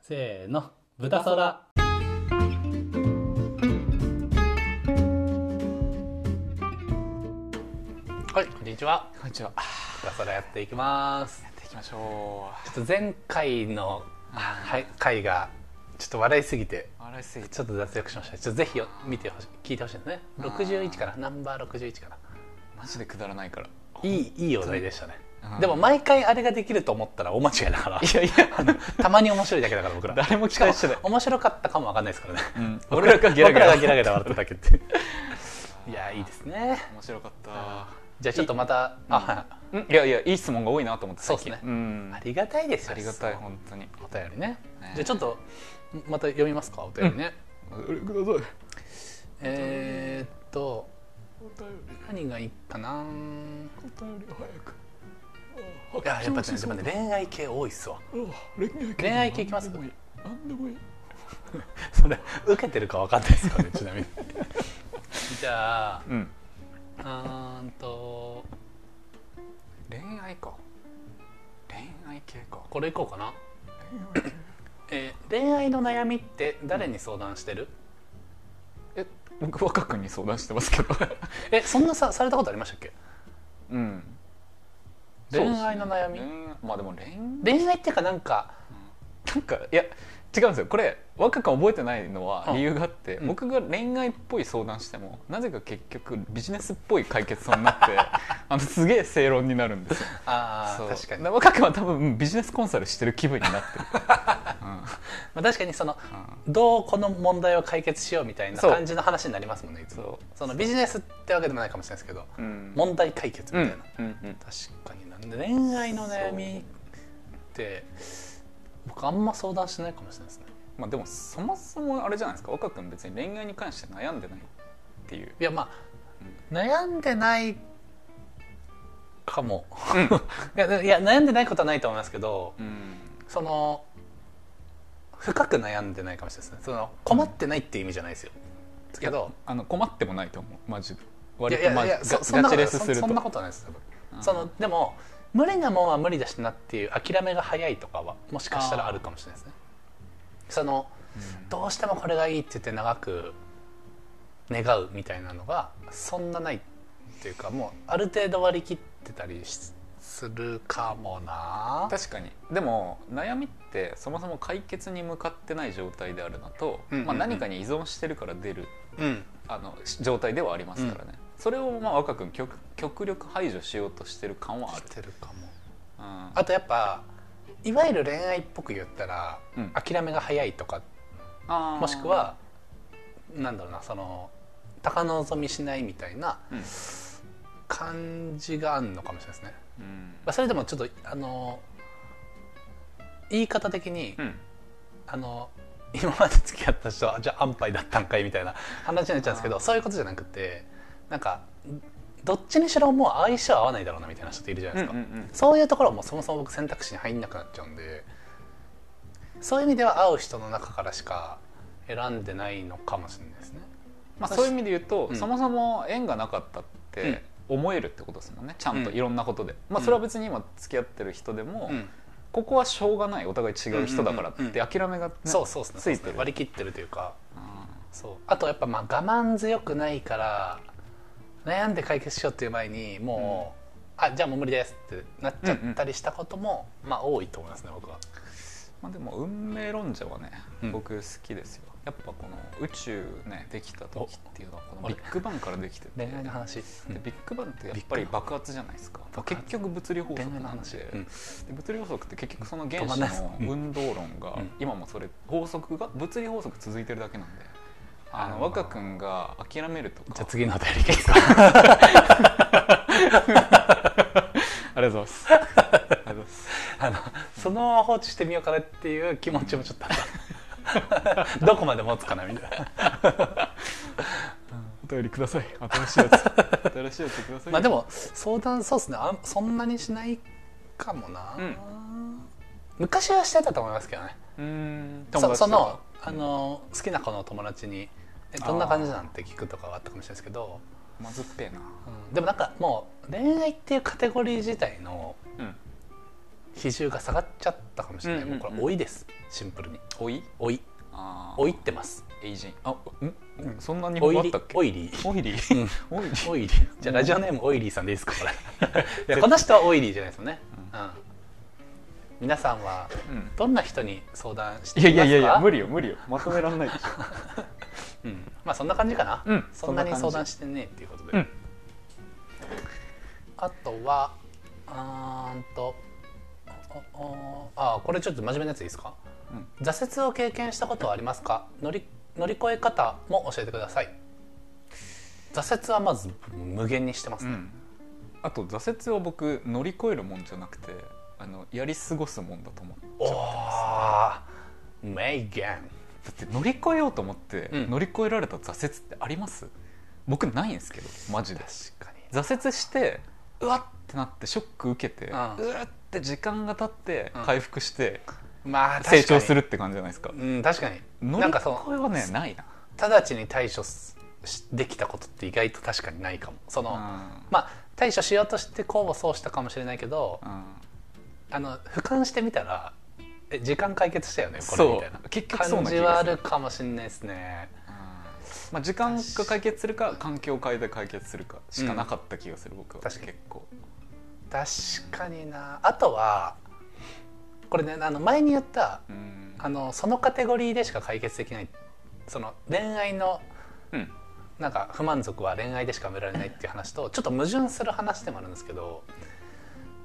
せーの豚そらはいこんにちはこんにちは。豚そらやっていきますやっていきましょちょっと前回のはい回がちょっと笑いすぎてう。笑いすぎちちょっと脱力しましたちょっとぜひよ見てほしい聞いてほしいですねあー61かなナンバー61かなマジでくだらないから。いいいいお題でしたねうんでも毎回あれができると思ったら大間 違いだからいやいや、たまに面白いだけだから僕ら誰も期待してないしかも面白かったかもわかんないですからねうん、 俺らがゲラゲ僕らラがゲラゲラ笑っただけって いやいいですね面白かった。じゃあちょっとまたあはいうん、いやいや、いい質問が多いなと思って。最近そうっすねうんあ。りがたいですよありがたい、本当に。お便りねねじゃあちょっとまた読みますかお便りねください。えーっとお便り、何がいいかなお便り早いややっぱねやっぱね恋愛系多いっすわ恋愛系恋愛系いきます何でもいいなんでもいい。それ受けてるかわかんないです からねちなみにじゃあうん。うーんと恋愛か。恋愛系か。これいこうかな、えー恋愛の悩みって誰に相談してる、え、僕若君に相談してますけ ど。えそんなさされたことありましたっけうん。恋愛の悩みそうですね恋まあでも恋恋愛っていうかなんかなんかいや違うんですよこれ若干覚えてないのはうん理由があって、うん僕が恋愛っぽい相談してもなぜか結局ビジネスっぽい解決法になっ てあのすげえ正論になるんですよあそうー確かに、だま若君は多分ビジネスコンサルしてる気分になってる、あ、確かにそのうんどうこの問題を解決しようみたいなそう感じの話になりますもんねいつもそそのビジネスってわけでもないかもしれないですけど、う、うん問題解決みたいな、うんうん確かになんで恋愛の悩みって僕あんま相談しないかもしれないですねまあ、でもそもそもあれじゃないですか若君別に恋愛に関して悩んでないっていういやまあ悩んでないかも いやいや悩んでないことはないと思いますけどうんその深く悩んでないかもしれないですねその困ってないっていう意味じゃないですよ、ですけどあの困ってもないと思うマジでい割やいとやマいジやガそそんなことガチレスするとそそんなことはないです多分うんそのでも無理なもんは無理だしなっていう諦めが早いとかはもしかしたらあるかもしれないですねそのうんどうしてもこれがいいって言って長く願うみたいなのがそんなないっていうかもうある程度割り切ってたりしするかもな確かにでも悩みってそもそも解決に向かってない状態であるのと、うんうんうんまあ、何かに依存してるから出るうんあのし状態ではありますからね、それをまあ若君極極力排除しようとしてる感はあしる、てるかもうん、あとやっぱいわゆる恋愛っぽく言ったら、うん諦めが早いとかあーもしく、はなんだろうなその高望みしないみたいなうん感じがあるのかもしれないですね、うんまあ、それでもちょっとあの言い方的に、うんあの今まで付き合った人はじゃあ安牌だったんかいみたいな話になっちゃうんですけあどそういうことじゃなくてなんかどっちにしろもう相性合わないだろうなみたいな人っているじゃなういんでうすか、んそういうところはもうそもそも僕選択肢に入んなくなっちゃうんでそういう意味では会う人の中からしか選んでないのかもしれないですねまあ、そういう意味で言うと、うんそもそも縁がなかったって思えるってことですもんねちゃんといろんなことで、まあ、それは別に今付き合ってる人でも、うんここはしょうがないお互い違う人だからっうんうんてう諦めが、ねそうそうですねついてる割り切ってるというかうんそうあとやっぱまあ我慢強くないから悩んで解決しようっていう前にもう、あじゃあもう無理ですってなっちゃったりしたことも、まあ多いと思いますね僕はまあ、でも運命論者はね、うん僕好きですよやっぱこの宇宙ねできた時っていうのはこのビッグバンからできてて恋愛の話、でビッグバンってやっぱり爆発じゃないですか、まあ爆結発局物理法恋則愛のなん話、で,、うんで物理法則って結局その原止ま子んないですの運動論がうん今もそれ法則が物理法則続いてるだけなんでああのー若君が諦めるとかじゃあ次のお便りいきますかありがとうございますありがとうございますあのそのまま放置してみようかなっていう気持ちもちょっとあ ったどこまで持つかなみたいなお便りください新しいやつ 新しいやつくださいまあでも相談そうですねあんそんなにしないかもな、うん昔はしてたと思いますけどねうーん友達とそかそのあの好きな子の友達に「えどんな感じなん?」って聞くとかはあったかもしれないですけど、まずっぺえなうんでもなんかもう恋愛っていうカテゴリー自体のうん比重が下がっちゃったかもしれない、うんうんうんもうこれ老いですシンプルに老い老いあー老いってますエイジンあうんうんそんな日老い本語ありったっけ老いりオイリ ーオイリーオイリーじゃあラジオネームオイリーさんでいいですかこれいやこの人はオイリーじゃないですよね、うん皆さんはうんどんな人に相談していいまやすかいやいやいや無理よ無理よまとめられないでしょうん、まあそんな感じかな、うんそんなにそ相んな談感してねえっていうことで、うんあとはうーんとおおあこれちょっと真面目なやついいですか、うん挫折を経験したことはありますか乗り乗り越え方も教えてください挫折はまず無限にしてますうね、んあと挫折を僕乗り越えるもんじゃなくてあのやり過ごすもんだと思うおー名言だって乗り越えようと思ってうん乗り越えられた挫折ってあります、僕ないんですけどマジで確かに挫折してうわってなってショック受けて、ううんーって時間が経ってうん回復してまあ確かに成長するって感じじゃないですか,、うん確かに乗りなん越かえそはねないな直ちに対処すしできたことって意外と確かにないかもその、まあ対処しようとしてこうそうしたかもしれないけどうんうんあの俯瞰してみたらえ時間解決したよねこれみそたいなう結局そう感なじ気はがあするるかもしれないですねまあ、時間が解決するか環境を変えて解決するかしかなかった気がする、僕は確かに結構確かになあとはこれねあの前に言ったうんあのそのカテゴリーでしか解決できないその恋愛のうんなんか不満足は恋愛でしか埋められないっていう話とちょっと矛盾する話でもあるんですけど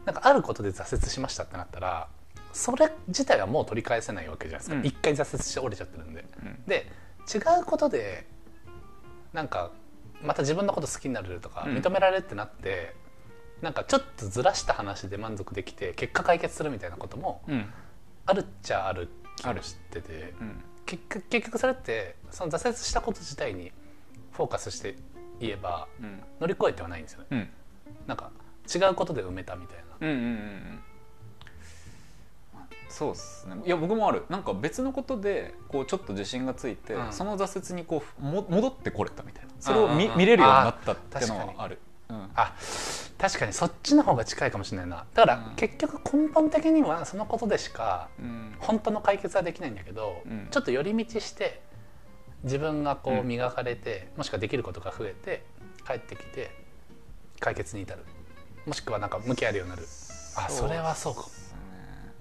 なんかあることで挫折しましたってなったらそれ自体はもう取り返せないわけじゃないですか、うん一回挫折して折れちゃってるんで。うんで違うことでなんかまた自分のこと好きになれるとかうん認められるってなって、なんかちょっとずらした話で満足できて結果解決するみたいなこともうんあるっちゃある気もしてて。うん結局結局それってその挫折したこと自体にフォーカスして言えばうん乗り越えてはないんですよねうんなんか違うことで埋めたみたいなうんうんうんうんそうですねいや僕もあるなんか別のことでこうちょっと自信がついて、うんその挫折にこうも戻ってこれたみたいなそれを見,、うんうんうん見れるようになったっていうのあー確かはにあるうんあ確かにそっちの方が近いかもしれないなだからうん結局根本的にはそのことでしかうん本当の解決はできないんだけど、うんちょっと寄り道して自分がこううん磨かれて、もしくはできることが増えて帰ってきて解決に至るもしくはなんか向き合えるようになるあそれはそうかもっすね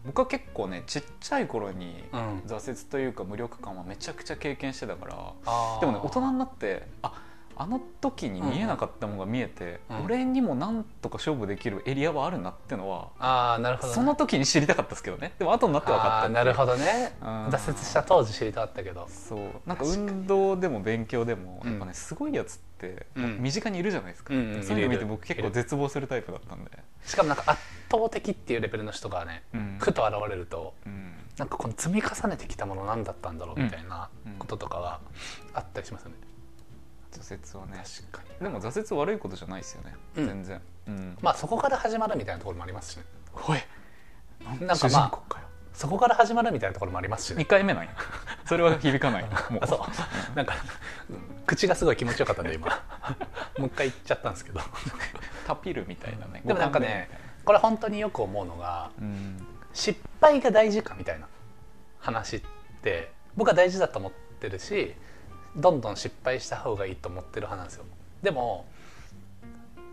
僕は結構ねちっちゃい頃にうん挫折というか無力感はめちゃくちゃ経験してたから、あーでもね大人になってああの時に見えなかったものが見えて、うんうん俺にもなんとか勝負できるエリアはあるなってのは、あーなるほどね、その時に知りたかったですけどねでも後になって分かっあたあーなるほどどねうん挫折した当時知りたかったけどそうなんか運動でも勉強でもうんやっぱねすごいやつってうん身近にいるじゃないですか、うんうんそういうのいるい見てる僕結構絶望するタイプだったんで、しかもなんか圧倒的っていうレベルの人がねうんふと現れるとうんなんかこの積み重ねてきたもの何だったんだろうみたいなうんうんこととかはあったりしますよね挫折はね確かにでも挫折悪いことじゃないですよね、うん全然、うんまあそこから始まるみたいなところもありますしねおいななんんかかまあまあそこから始まるみたいなところもありますし2ね回目なんや それは響かないもあそうなんか口がすごい気持ちよかったんで今もう一回言っちゃったんですけどタピルみたいなねでもなんかねこれ本当によく思うのがうん失敗が大事かみたいな話って僕は大事だと思ってるしどんどん失敗した方がいいと思ってる派なんですよでも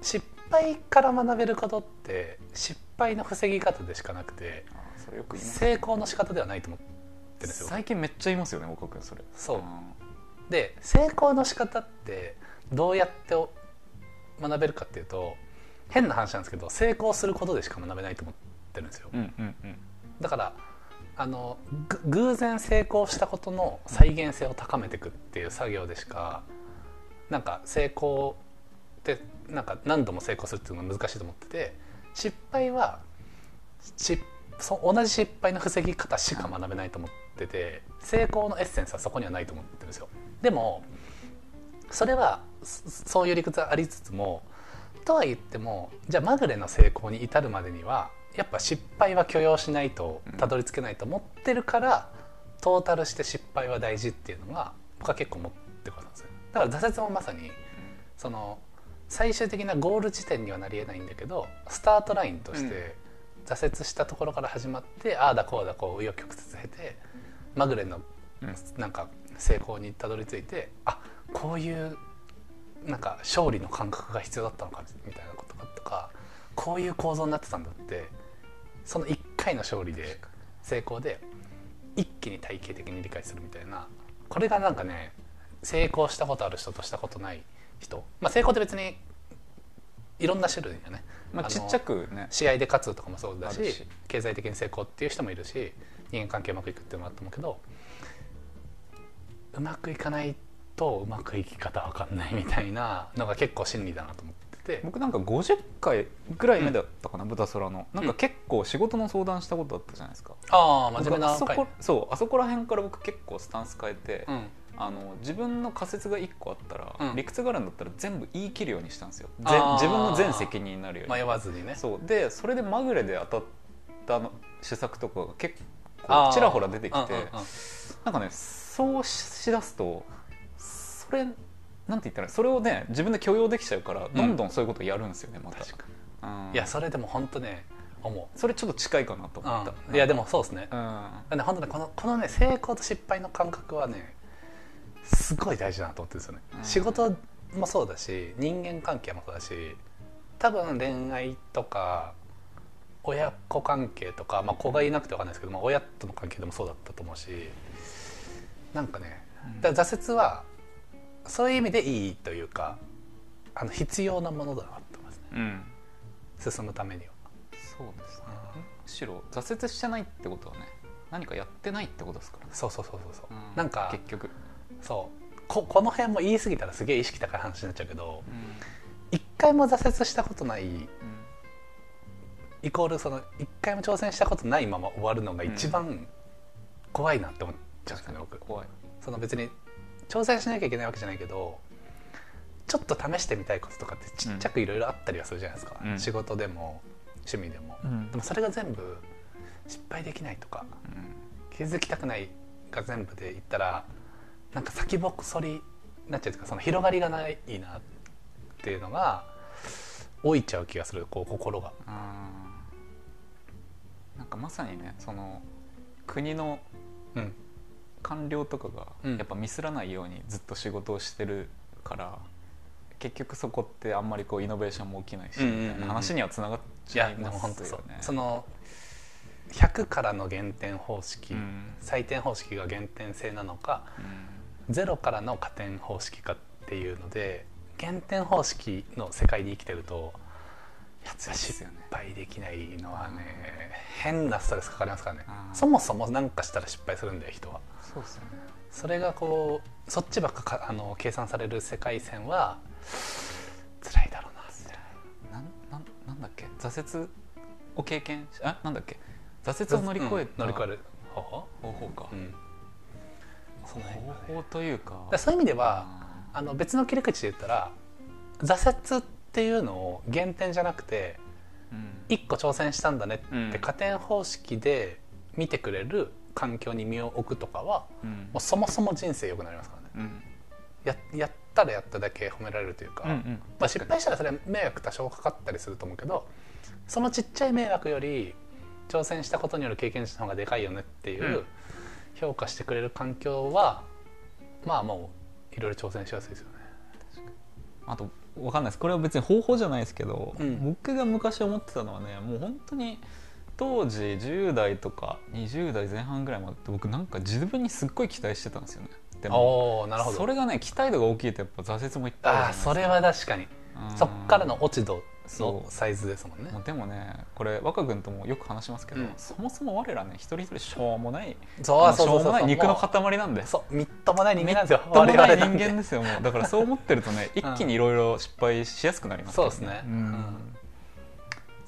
失敗から学べることって失敗の防ぎ方でしかなくてあそれよく言います成功の仕方ではないと思ってるんですよ最近めっちゃ言いますよね岡君それそうんで成功の仕方ってどうやって学べるかっていうと変な話なんですけど成功することでしか学べないと思ってるんですようんうんうんだからあのぐ偶然成功したことの再現性を高めていくっていう作業でしかなんか成功ってなんか何度も成功するっていうのが難しいと思ってて失敗はしそ同じ失敗の防ぎ方しか学べないと思ってて成功のエッセンスはそこにはないと思ってるんですよ。でもそれはそそういう理屈はありつつもとは言ってもじゃあまぐれの成功に至るまでにはやっぱ失敗は許容しないとうんたどり着けないと思ってるから、トータルして失敗は大事っていうのが僕は結構思ってることなんですよだから挫折もまさにその最終的なゴール地点にはなりえないんだけどスタートラインとして挫折したところから始まってああだこうだこう紆余曲折経てまぐれのうんなんか成功にたどり着いてあこういうなんか勝利の感覚が必要だったのかみたいなこととかこういう構造になってたんだってその1回の勝利で成功で一気に体系的に理解するみたいなこれがなんかね成功したことある人としたことない人、まあ、成功って別にいろんな種類だよね、まあ、のちっちゃくね試合で勝つとかもそうだあるしし経済的に成功っていう人もいるし人間関係うまくいくっていうのもあると思うけどうまくいかないとうまくいき方わかんないみたいなのが結構真理だなと思ってて僕なんか50回ぐらい目だったかな、豚空のなんか結構仕事の相談したことあったじゃないですか、ああ真面目僕なあそ回こそうあそこら辺から僕結構スタンス変えて、うんあの自分の仮説が1個あったら、うん理屈があるんだったら全部言い切るようにしたんですよぜあー自分の全責任になるように、迷わずにねそうでそれでまぐれで当たったの施策とかが結あ構ーちらほら出てきて、うんうんうんなんかねそうししだすとそれなんて言ったらいいそれをね自分で許容できちゃうから、どんどんそういうことやるんですよねまた確かうんいやそれでも本当ね思それちょっと近いかなとう、思った、うんいやでもそうですねうんだからね本当ねこのこのね成功と失敗の感覚はねすごい大事だなと思ってるんですよね、うん仕事もそうだし人間関係もそうだし多分恋愛とか親子関係とか、まあ、子がいなくてわかんないですけど、まあ、親との関係でもそうだったと思うしなんかねだから挫折はそういう意味でいいというかあの必要なものだなと思いますねうん進むためには。そうですねうんむしろ挫折してないってことはね何かやってないってことですからね、そうそうそうそうそう、うなんか結局、そうここの辺も言い過ぎたらすげえ意識高い話になっちゃうけどうん一回も挫折したことないイコールその一回も挑戦したことないまま終わるのが一番怖いなって思っちゃうんですよね、僕怖いその別に挑戦しなきゃいけないわけじゃないけどちょっと試してみたいこととかってちっちゃくいろいろあったりはするじゃないですか、うん仕事でも趣味でも、うんでもそれが全部失敗できないとか気づきたくないが全部で言ったらなんか先細りになっちゃうというかその広がりがないなっていうのが老いちゃう気がするこう心が。あーなんかまさにねその国のうん官僚とかうがんやっぱミスらないようにずっと仕事をしてるから、結局そこってあんまりこうイノベーションも起きないし、うんうんうんうんみたいな話にはつながっいちゃやいでもま本当すそようね。その100からの減点方式、うん採点方式が減点制なのか0からの加点方式かっていうので減点方式の世界に生きてるとやっぱ失敗できないのはね変なストレスかかりますからねあーそもそも何かしたら失敗するんだよ人は。そうですよねそれがこうそっちばっかかあの計算される世界線は辛いだろうなみたいななんなんなんだっけ挫折を経験しあなんだっけ挫折を乗り越えうんた乗り越え方る方法、法か、うんその辺だか方法というからそういう意味ではああの別の切り口で言ったら挫折っていうのを減点じゃなくてーうん一個挑戦したんだねうってん加点方式で見てくれる環境に身を置くとかはうんもうそもそも人生良くなりますからねうんややったらやっただけ褒められるというか、うんうんまあ、失敗したらそれは迷惑多少かかったりすると思うけどそのちっちゃい迷惑より挑戦したことによる経験値の方がでかいよねっていう、うん評価してくれる環境はまあもういろいろ挑戦しやすいですよね。あとわかんないですこれは別に方法じゃないですけど、うん僕が昔思ってたのはねもう本当に当時10代とか20代前半ぐらいまでって僕なんか自分にすっごい期待してたんですよねでもおおーなるほどそれがね期待度が大きいとやっぱ挫折もいっぱいあああるじゃそないれは確かにですかうんそっからの落ち度のそうサイズですもんね も。うでもねこれ若君ともよく話しますけど、うんそもそも我らね一人一人しょうもないそうしそうそょうそうもうない肉のも塊なんでうそうみっともない人間なんですよともない我人々なんて間ですよもうだからそう思ってると ね一気にいろいろ失敗しやすくなりますそようですね、うんうん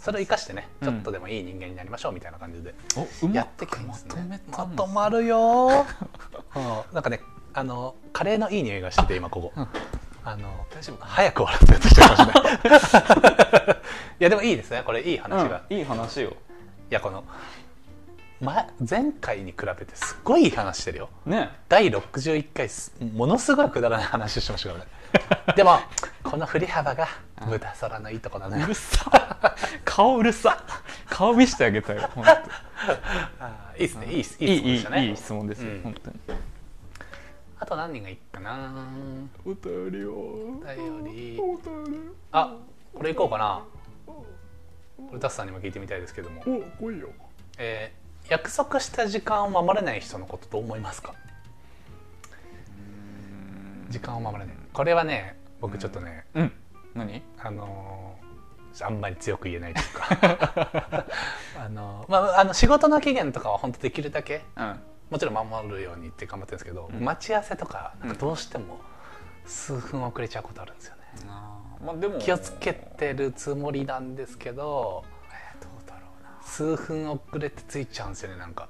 それを生かしてね、うんちょっとでもいい人間になりましょうみたいな感じでおうまやっってきてくまますとめねたまとまるよー、うんなんかねあのカレーのいい匂いがしてて今ここ、うんあの大丈夫か早く終わらせてきて ましたねいやでもいいですねこれいい話が、いいい話よやこの、ま、前回に比べてすっごいいい話してるよね第61回すものすごいくだらない話してました からねでもこの振り幅が豚皿のいいとこなのようるさ顔うるさ顔見せてあげ たいよ本あ ーいいです当ねにいいっすいい質問いでしたねいいい質問ですよ、うん本当にあと何人がいいかなお便りをお便りお便りあこれいこうかなこれダスさんにも聞いてみたいですけども、お来いよえー約束した時間を守れない人のことどう思いますか時間を守れないこれはね僕ちょっとね、うん何あのーあんまり強く言えないというか あのー、まあ、あの仕事の期限とかは本当できるだけうんもちろん守るようにって頑張ってるんですけど、うん待ち合わせとかなんかどうしても数分遅れちゃうことあるんですよね、あーまあでも気をつけてるつもりなんですけどえーどうだろうな数分遅れて着いちゃうんですよねなんか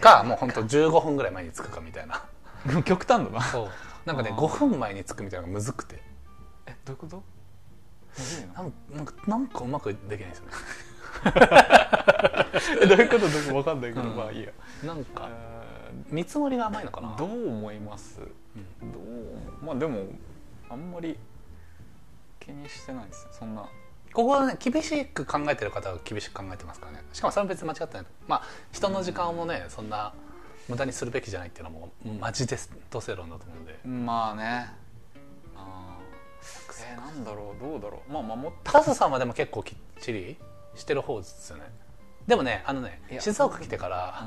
かもう本当15分ぐらい前に着くかみたいな でも極端だなそうなんかねあー5分前に着くみたいなのがむずくてえどういうことむずいのなんなんかなんかうまくできないんですよねえ どういうことどういうことわかんないけど、うんまあいいやなんかえ見積もりが甘いのかなーどう思いますうどうまあでもあんまり気にしてないですねそんなここはね厳しく考えてる方は厳しく考えてますからねしかもそれは別に間違ってないまあ人の時間もねそんな無駄にするべきじゃないっていうのはもうマジでド正論だと思うんでまあねあーえー、なんだろうどうだろうまあ守っ高瀬さんはでも結構きっちりしてる方ですよねでもねあのねいや静岡来てから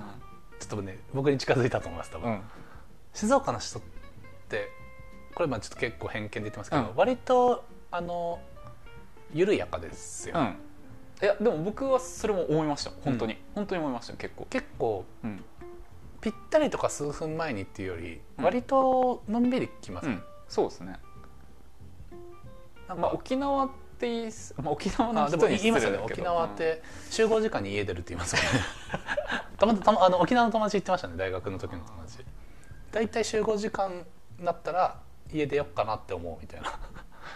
たちょっとね僕に近づいたと思います多う分、ん静岡の人ってこれまあちょっと結構偏見で言ってますけど、うん割とあの緩やかですよ、うんいやでも僕はそれも思いました本当に、本当に思いました結構結構うんぴったりとか数分前にっていうよりうん割とのんびり来ます、うんそうですねなんまあか、沖縄って言いす、まあ、沖縄あ、ので人もに言失礼いますよねだけ沖ど縄っ、て集合時間に家出るって言いますよね たまたまあの沖縄の友達言ってましたね大学の時の友達大体集合時間になったら家出よっかなって思うみたいな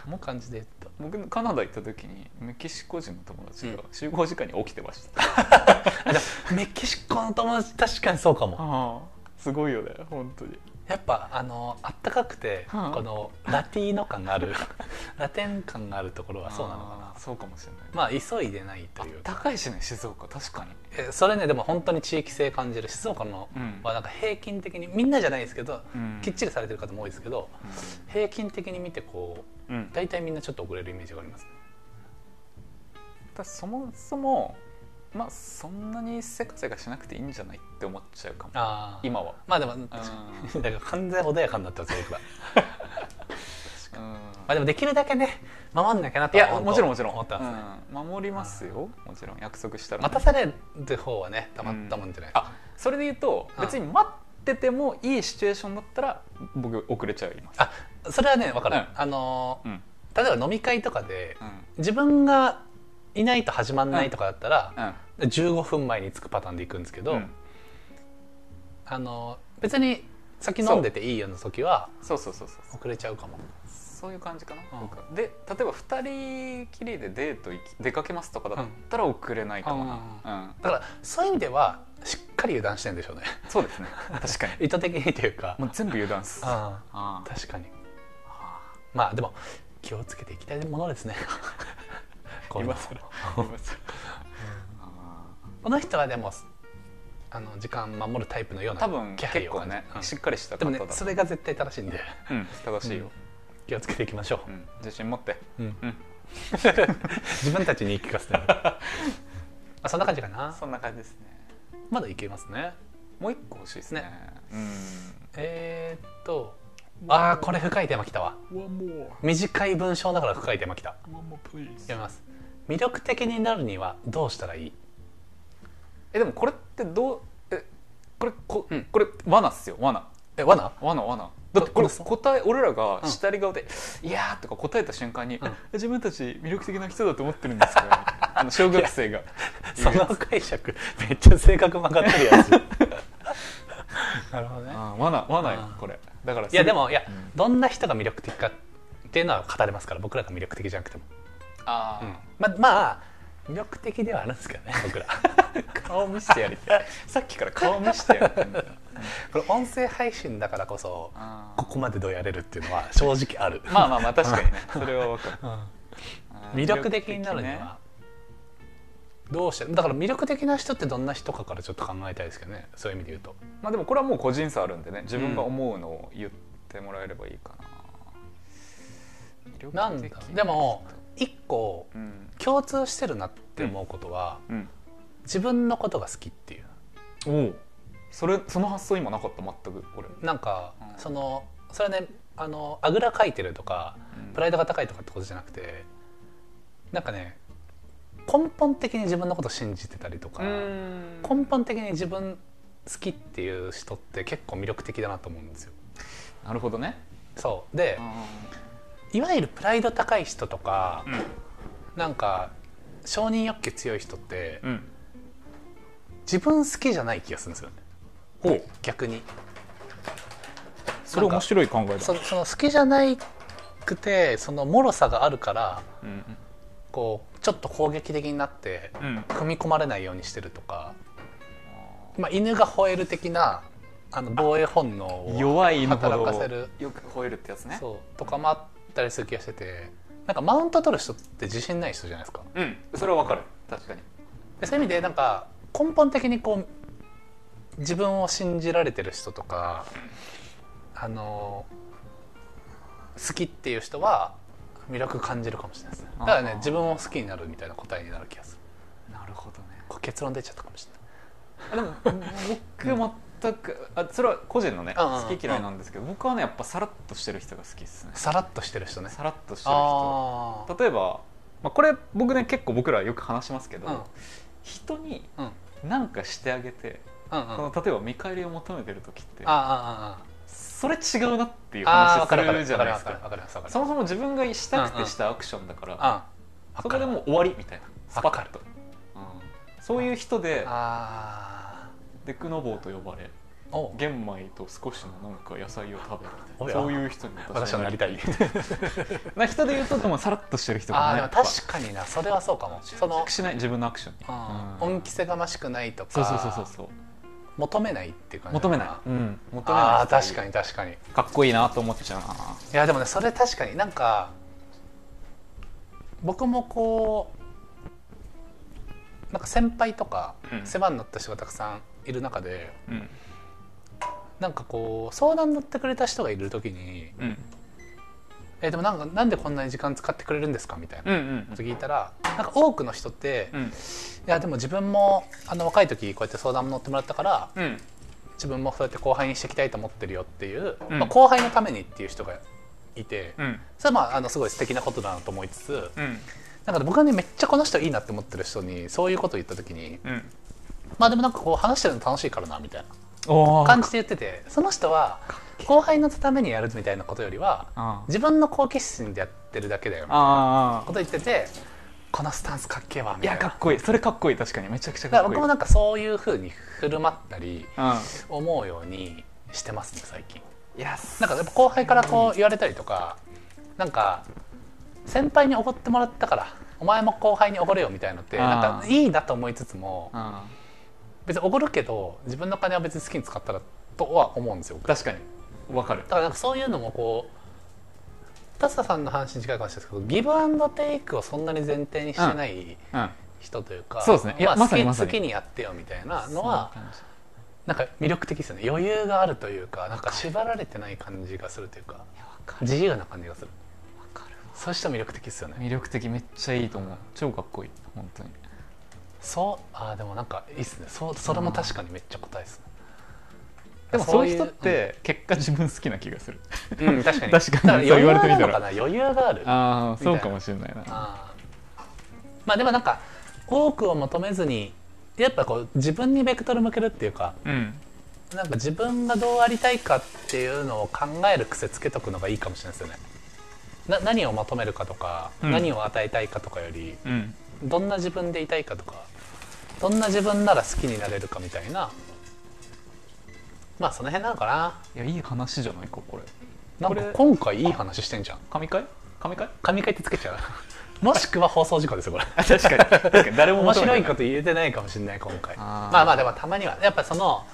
うんもう感じで言った僕カナダ行った時にメキシコ人の友達が集合時間に起きてました、 あでもメキシコの友達確かにそうかもああすごいよね本当にやっぱあのあったかくてうんこのラティーノ感がある ラテン感があるところはそうなのかなそうかもしれない、なまあ急いでないというか高いしね静岡確かにえそれねでも本当に地域性感じる静岡のうんはなんか平均的にみんなじゃないですけど、うんきっちりされてる方も多いですけど平均的に見てこうん、う大体みんなちょっと遅れるイメージがありますだそもそもまあそんなにせかせかしなくていいんじゃないって思っちゃうかもあ今今はまあでも確かうに だから完全穏やかになったんですよ僕はんまあでもできるだけね守んなきゃなといはや本当もちろんもちろん思ったんですね、うん守りますよもちろん約束したら、待たされる方はねたまったもんじゃない、あそれで言うとうん別に待っててもいいシチュエーションだったら僕遅れちゃいますあそれはね分かる、うんあのうんー例えば飲み会とかでうん自分がいないと始まんないとかだったら、うん15分前に着くパターンで行くんですけど、うんあの別に先飲んでていいような時はそうそうそうそう遅れちゃうかもそういう感じかな、うん僕はで例えば2人きりでデート行き出かけますとかだったら遅れないかもな、うんだからそういう意味ではしっかり油断してるんでしょうね そうですね確かに意図的にというか、もう全部油断っすあうあん確かにまあでも気をつけていきたいもので すねこういうの今更あこの人はでもあの時間守るタイプのようーな多分気配結を感構じるね、しっかりしたう方んだでもねそれが絶対正しいんでうん正しいよ、気をつけていきましょうう、ん自信持って うんうん自分たちに言い聞かせてる あそんな感じかなそんな感じですねまだいけますねもう一個欲しいですねうんえー、っとあーこれ深いテーマきたわ One more 短い文章だから深いテーマきた One more please 読みます魅力的になるにはどうしたらいいえでもこれってどうえこれこ,、うんこれ罠っすよ罠え罠罠罠だってこどどれうぞ答え俺らが下り顔で「いやー」とか答えた瞬間に、うん自分たち魅力的な人だと思ってるんですか あの小学生がその解釈めっちゃ性格曲がってる やつなるほどねあー罠罠よあーこれだからいやでもいや、うんどんな人が魅力的かっていうのは語れますから僕らが魅力的じゃなくても、あうんあ、ままあ魅力的ではあるんですけどね僕ら顔見 してや りたいさっきから顔見してやりたいんだよこれ音声配信だからこそあーここまでどうやれるっていうのは正直ある、まあまあまあ確かにねそれは分かるうんあー魅力的になるに魅力はどうしてだから魅力的な人ってどんな人かからちょっと考えたいですけどねそういう意味で言うとまあでもこれはもう個人差あるんでね自分が思うのを言ってもらえればいいかな、なんだでも一個うん共通してるなって思うことは、うん自分のことが好きっていうおうそれその発想今なかった全く俺、なんか、うんそのそれはねあのあぐらかいてるとかプライイドが高いとかってことじゃなくてなんかね根本的に自分のことを信じてたりとか、根本的に自分好きっていう人って結構魅力的だなと思うんですよ。なるほどねそうでいわゆるプライド高い人とか、なんか承認欲求強い人って、うん自分好きじゃない気がするんですよねほう逆にそれ面白い考えだそその好きじゃないくてその脆さがあるからうんこうちょっと攻撃的になってうん組み込まれないようにしてるとか、まあ、犬が吠える的なあの防衛本能を弱い犬ほ働どかせるよく吠えるってやつねそうとかもあったりする気がしててなんかマウント取る人って自信ない人じゃないですかうんそれはわかる確かにでそういう意味でなんか根本的にこう自分を信じられてる人とかあの好きっていう人は魅力感じるかもしれないですねだからあねー自分を好きになるみたいな答えになる気がするなるほどねこう結論出ちゃったかもしれないでも僕全くあそれは個人のねうんうんうん好き嫌いなんですけど僕はねやっぱさらっとしてる人が好きですねさらっとしてる人ねさらっとしてるあ人あ例えば、まあ、これ僕ね結構僕らよく話しますけど、うん人にうんうん何かしてあげて、うんその例えば見返りを求めてる時ってあああそれ違うなっていうあああ分話すかる分かるるじ分ゃかなる分いですかるか分かる分かるそもそも自分がしたくてしたアクションだから、うんそこでもう終わりみたいなスパッと、うんそういう人であデクノボーと呼ばれあおう玄米と少しのなんか野菜を食べるおみたやいなそういう人に私はなりたいな人で言うとでもさらっとしてる人ああがねでもやっ確かになそれはそうかもそぱのしない自分のアクションに、うんうん恩着せがましくないとかそうそうそうそうそう求めないっていう感じ求めないあ、うん、求めないあー確かに確かにいかっこいいなと思っちゃうなやでもねそれ確かになんか僕もこうなんか先輩とかうん世話になった人がたくさんいる中で、うんなんかこう相談乗ってくれた人がいる時にうん「えでもなんかなんでこんなに時間使ってくれるんですか?」みたいなうんうんこと聞いたらなんか多くの人ってうん「いやでも自分もあの若い時こうやって相談乗ってもらったからうん自分もそうやって後輩にしていきたいと思ってるよっていう、うんまあ、後輩のためにっていう人がいて、うんそれはまああのすごい素敵なことだなと思いつつうんなんかね僕はねめっちゃこの人いいなって思ってる人にそういうことを言った時にうんまあでもなんかこう話してるの楽しいからなみたいなおー感じで言っててその人は後輩のためにやるみたいなことよりはあー自分の好奇心でやってるだけだよみたいなあこと言っててこのスタンスかっけえわーみいたいやな。かっこいいそれかっこいい確かにめちゃくちゃだかかっらこいい僕もなんかそういうふうに振る舞ったりう思うようにしてますね最近。んいやなんかやっぱ後輩からこう言われたりとかなんか先輩におごってもらったからお前も後輩におごれよみたいのってあーなんかいいなと思いつつもうん別におごるけど自分の金は別に好きに使ったらとは思うんですよ僕だ確かにわかるからなんかそういうのもこうタサさんの話に近いかもしれないですけどギブアンドテイクをそんなに前提にしてないうん人というか、そうですねいやまあ、まさに好まきさ好にきにやってよみたいなのははなんか魅力的ですよね余裕があるというかなんか縛られてない感じがするというか自由な感じがするそうした魅力的ですよね魅力的めっちゃいいと思う超かっこいい本当にそうあーでもなんかいいですねそうそれも確かにめっちゃ答えですねでもそういう人って結果自分好きな気がするそういううん、うん確かに確かにだそうら言われてみ余裕なのたらかな余裕があるああみたいそうなかもしれないなあーまあでもなんか多くを求めずにやっぱこう自分にベクトル向けるっていうかうんなんか自分がどうありたいかっていうのを考える癖つけとくのがいいかもしれないですよねな何を求めるかとか、うん何を与えたいかとかよりうんどんな自分でいたいかとかどんな自分なら好きになれるかみたいなまあその辺なのかないやいい話じゃないかこれなんこかれ今回いい話してんじゃん神回神回神回ってつけちゃうもしくは放送事故ですよこれ確かに確かに誰も面求めてな白いこと言えてないかもしれない今回あーまあまあでもたまにはやっぱその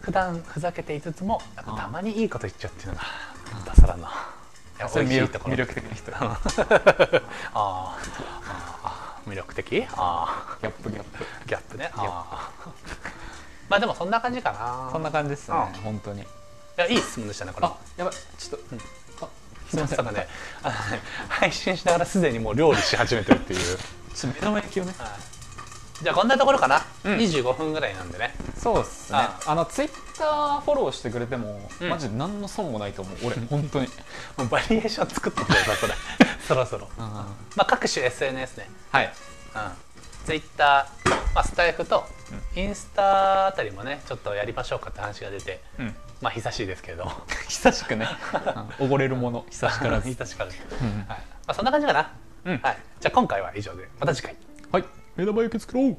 普段ふざけていつつもやっぱたまにいいこと言っちゃうっていうのがダサだなやっ そぱれり魅いい力とこ魅ろ力的な人あーあ魅力的あギャップギャップあギャップねああまあでもそんな感じかなそんな感じですねうん本当にいやいい質問でしたねこれあやばいちょっと、あすいまませんさかねあのね配信しながらすでにもう料理し始めてるっていう、ちょっと目玉焼きをねじゃあこんなところかな、25分ぐらいなんでねそうっすねああのツイッターフォローしてくれても、うんマジで何の損もないと思う俺本当に、もうバリエーション作ってくれたそ れそろそろうんはまあ各種 SNS ねいうん、ツイッター、まあ、スタイフとインスタあたりもねちょっとやりましょうかって話が出て、うんまあ久しいですけど久しくね、うん、溺れるもの 久しから ず、久しからず、うはいんまあ、そんな感じかな、うんはい、じゃあ今回は以上でまた次回はい目玉焼き作ろう